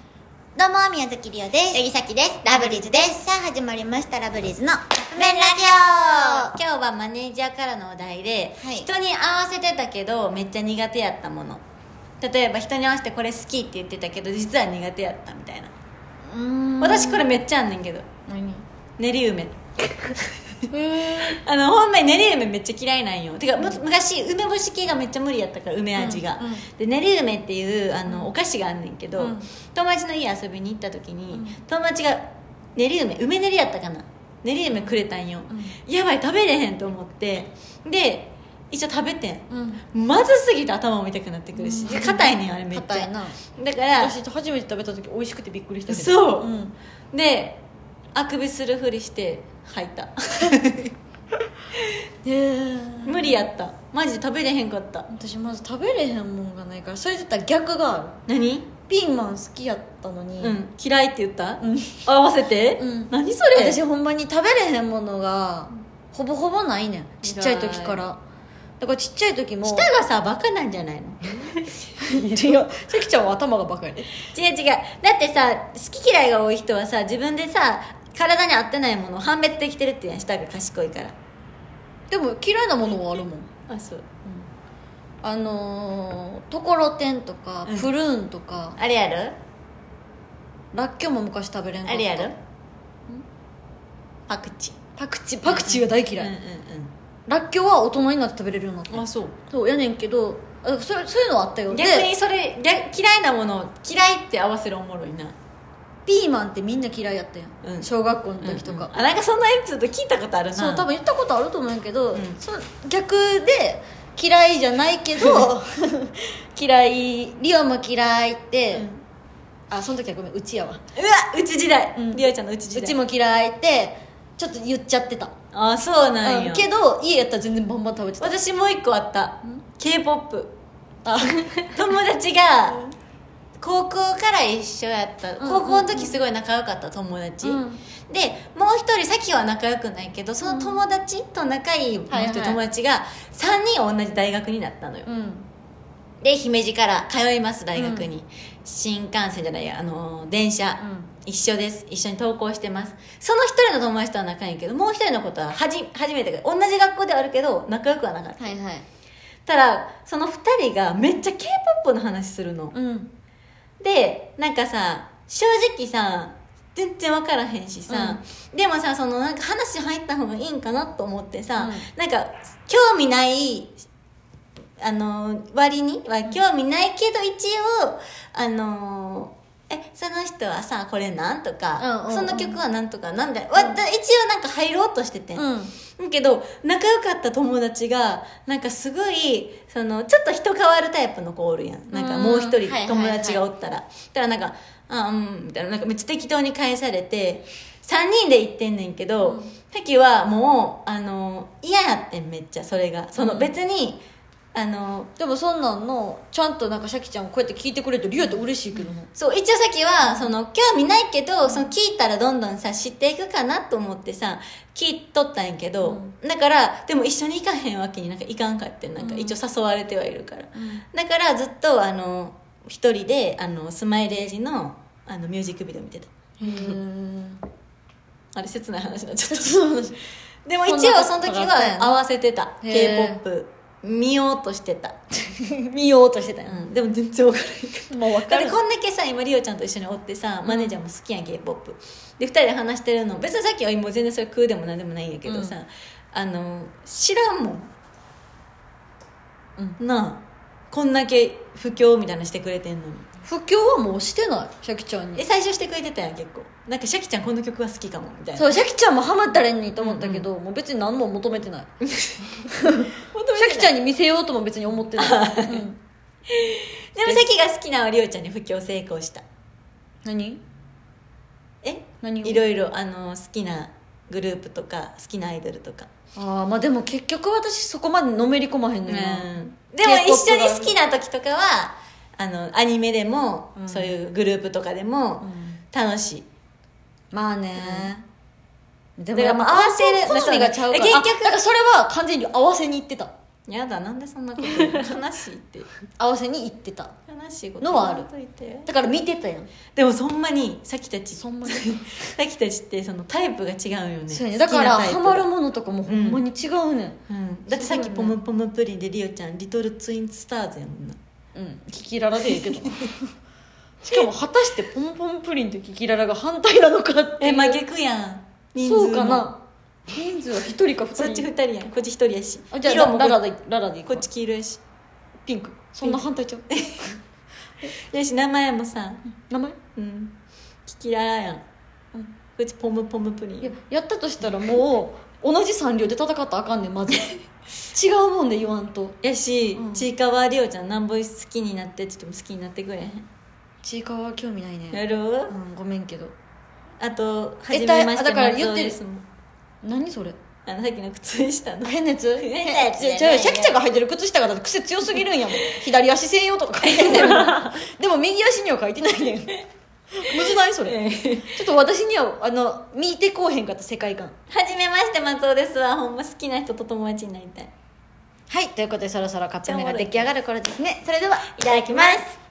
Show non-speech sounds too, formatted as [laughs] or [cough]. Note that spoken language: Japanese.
どうも宮崎りおです柳崎ですラブリーズですさあ始まりましたラブリーズの「メメンンララジジ今日はマネージャーからのお題で、はい人に合わせてたけどめっちゃ苦手やったもの例えば人に合わせてこれ好きって言ってたけど実は苦手やったみたいな、オ」うーん私これめっちゃあんねんけど何練り梅へあのほんまに練り梅めっちゃ嫌いなんよてかむ昔梅干し系がめっちゃ無理やったから梅味が、うんうんで練り梅っていうあのお菓子があんねんけど、うん友達の家遊びに行った時に、うん友達が練り梅梅練りやったかな練り梅くれたんよ、うやばい食べれへんと思ってで一応食べてんうんまずすぎて頭も痛くなってくるしうん硬いねんあれめっち硬いゃなだから私初めて食べた時美味しくてびっくりしたけどそう、ん、であくびするふりして吐い [laughs] た無理やったマジで食べれへんかった私まず食べれへんもんがないからそれだったら逆がある何、ピーマン好きやったのに、うん、嫌いって言った、うん合わせて、うん何それ私ほんまに食べれへんものがほぼほぼないねんちっちゃい時からだからちっちゃい時も舌がさバカなんじゃないの [laughs] 違うさきちゃんは頭がバカやね違う違うだってさ好き嫌いが多い人はさ自分でさ体に合ってないものを判別できてるっていうやん舌が賢いからでも嫌いなものはあるもんあそうあのーところてんとかうんプルーンとか、あれやるらっきょうも昔食べれんかあったれやるパクチパクチーパクチーが大嫌い、うんうんらっきょうは大人になって食べれるようになったうんあそうそうやねんけどあそれそういうのはあったよ逆にでそれ逆嫌いなものを嫌いって合わせるおもろいなピーマンってみんな嫌いやったやん、うん小学校の時とか、うんうんあなんかそんなエピソード聞いたことあるなそう多分言ったことあると思うんやけど、うんそ逆で嫌いじゃないけど [laughs] 嫌いリオも嫌いって、うんあその時はごめんうちやわうわうち時代うんりあちゃんのうち時う代ちも嫌いってちょっと言っちゃってた、あそうなんうやん、けど家やったら全然バンバン食べてた私もう一個あった k p o p あ友達が高校から一緒やったうん高校の時すごい仲良かった友達、うんでもう一人さっきは仲良くないけどその友達と仲いいもう一人友達が3人同じ大学になったのよ、うんで姫路から通います大学に、新幹線じゃないやあのー電車、うん一緒です一緒に登校してますその一人の友達とは仲いいけどもう一人のことははじ初めて同じ学校ではあるけど仲良くはなかったはいはいただその二人がめっちゃ k p o p の話するの、うんでなんかさ正直さ全然分からへんしさ、でもさそのなんか話入った方がいいんかなと思ってうさ、んなんか興味ないあの割には興味ないけど一応あのえその人はさこれなんとうんうんか、うんその曲はなんとかなんだ、わだ一応なんか入ろうとしててんうんだけど仲良かった友達がなんかすごいそのちょっと人変わるタイプの子おるやんなんかもう一うんはいはいは人い友達がおったら、だからなんか「あうん」みたいななんかめっちゃ適当に返されて3人で行ってんねんけど、うんさっきはもうあの嫌やってんめっちゃそれがそのうん別に、あのでもそんなんのちゃんとなんかシャキちゃんこうやって聞いてくれてリオって嬉しいけどな、そう一応さっきはその興味ないけどその聞いたらどんどんさ知っていくかなと思ってさ聞いとったんやけど、だからでも一緒に行かへんわけになんか行かんかってなんかうん一応誘われてはいるから、だからずっとあの一人であのスマイレージのあのミュージックビデオ見てたうん、あれ切ない話になっちゃっそうた [laughs] でも一応その時は合わせてた k へ p o p 見ようとしてた、 [laughs] 見ようとしてたよう、ん、でも全然わからへんかったもう分だってこんだけさ今リオちゃんと一緒におってさマネージャーも好きやん k p o p で2人で話してるの別にさっきはもう全然それ食うでもなんでもないんやけどさ、あの知らんもん、なあこんだけ不況みたいなのしてくれてんのに不況はもうしてないシャキちゃんでに最初してくれてたやん結構なんかシャキちゃんこの曲は好きかもみたいなそうシャキちゃんもハマったらいいのにと思ったけど、もう別に何も [laughs] 求めてない本シャキちゃんんに見せようとも別に思って [laughs] ない、うん、でもシャキが好きなのはリオちゃんに不況成功した何え何をいろいろあの好きなグループとか好きなアイドルとかああまあでも結局私そこまでのめり込まへんのうよな、んでも一緒に好きな時とかはあのアニメでも、うんそういうグループとかでも、うん楽しいまあね、でだからまあ合わせる好みがちゃうから結結局局だからそれは完全に合わせに行ってたやだなんでそん [laughs] なこと言うの悲しいって合わせに行ってた悲しいことのはある言わんといてだから見てたやんでもそんまにさきたちそんまに [laughs] さきたちってそのタイプが違うよねそうやねだから好きなタイハプマるものとかもほんまに違うねうん、だってさっきポムポムプリンでリオちゃんリトルツインスターズやもんなうん、キキララでいい [laughs] けどしかも果たしてポンポンプリンとキキララが反対なのかっていえう真逆やん人数もそうかな人数は1人か2人そっち二人やんこっち一人やしあじゃあ色もララこでララでいここっっちち黄色やしピンクそんな反対ちゃうやし名前もさ名前うんキキララやん、うん、こっちポムポムプリンいややったとしたらもう同じ三両で戦ったらあかんねん [laughs] まず違うもんで言わんとやし、うんちいかわりおちゃんなんぼ好きになってって言っても好きになってくれへんちいかわは興味ないねやろううんごめんけどあと初えめだいましてあだから言松尾ってるですもん何それあのさっきの靴下 [laughs] の変なやつ変なやつじゃないよじゃあシャキちゃんが履いてる靴下がだって癖強すぎるんやも [laughs] ん左足専用とか書いてんねんもんでも右足には書いてないねんむずないそれちょっと私にはあの見てこうへんかった世界観初めまして松尾ですわほんま好きな人と友達になりたいはいということでそろそろカップ麺が出来上がる頃ですねそれではいただきます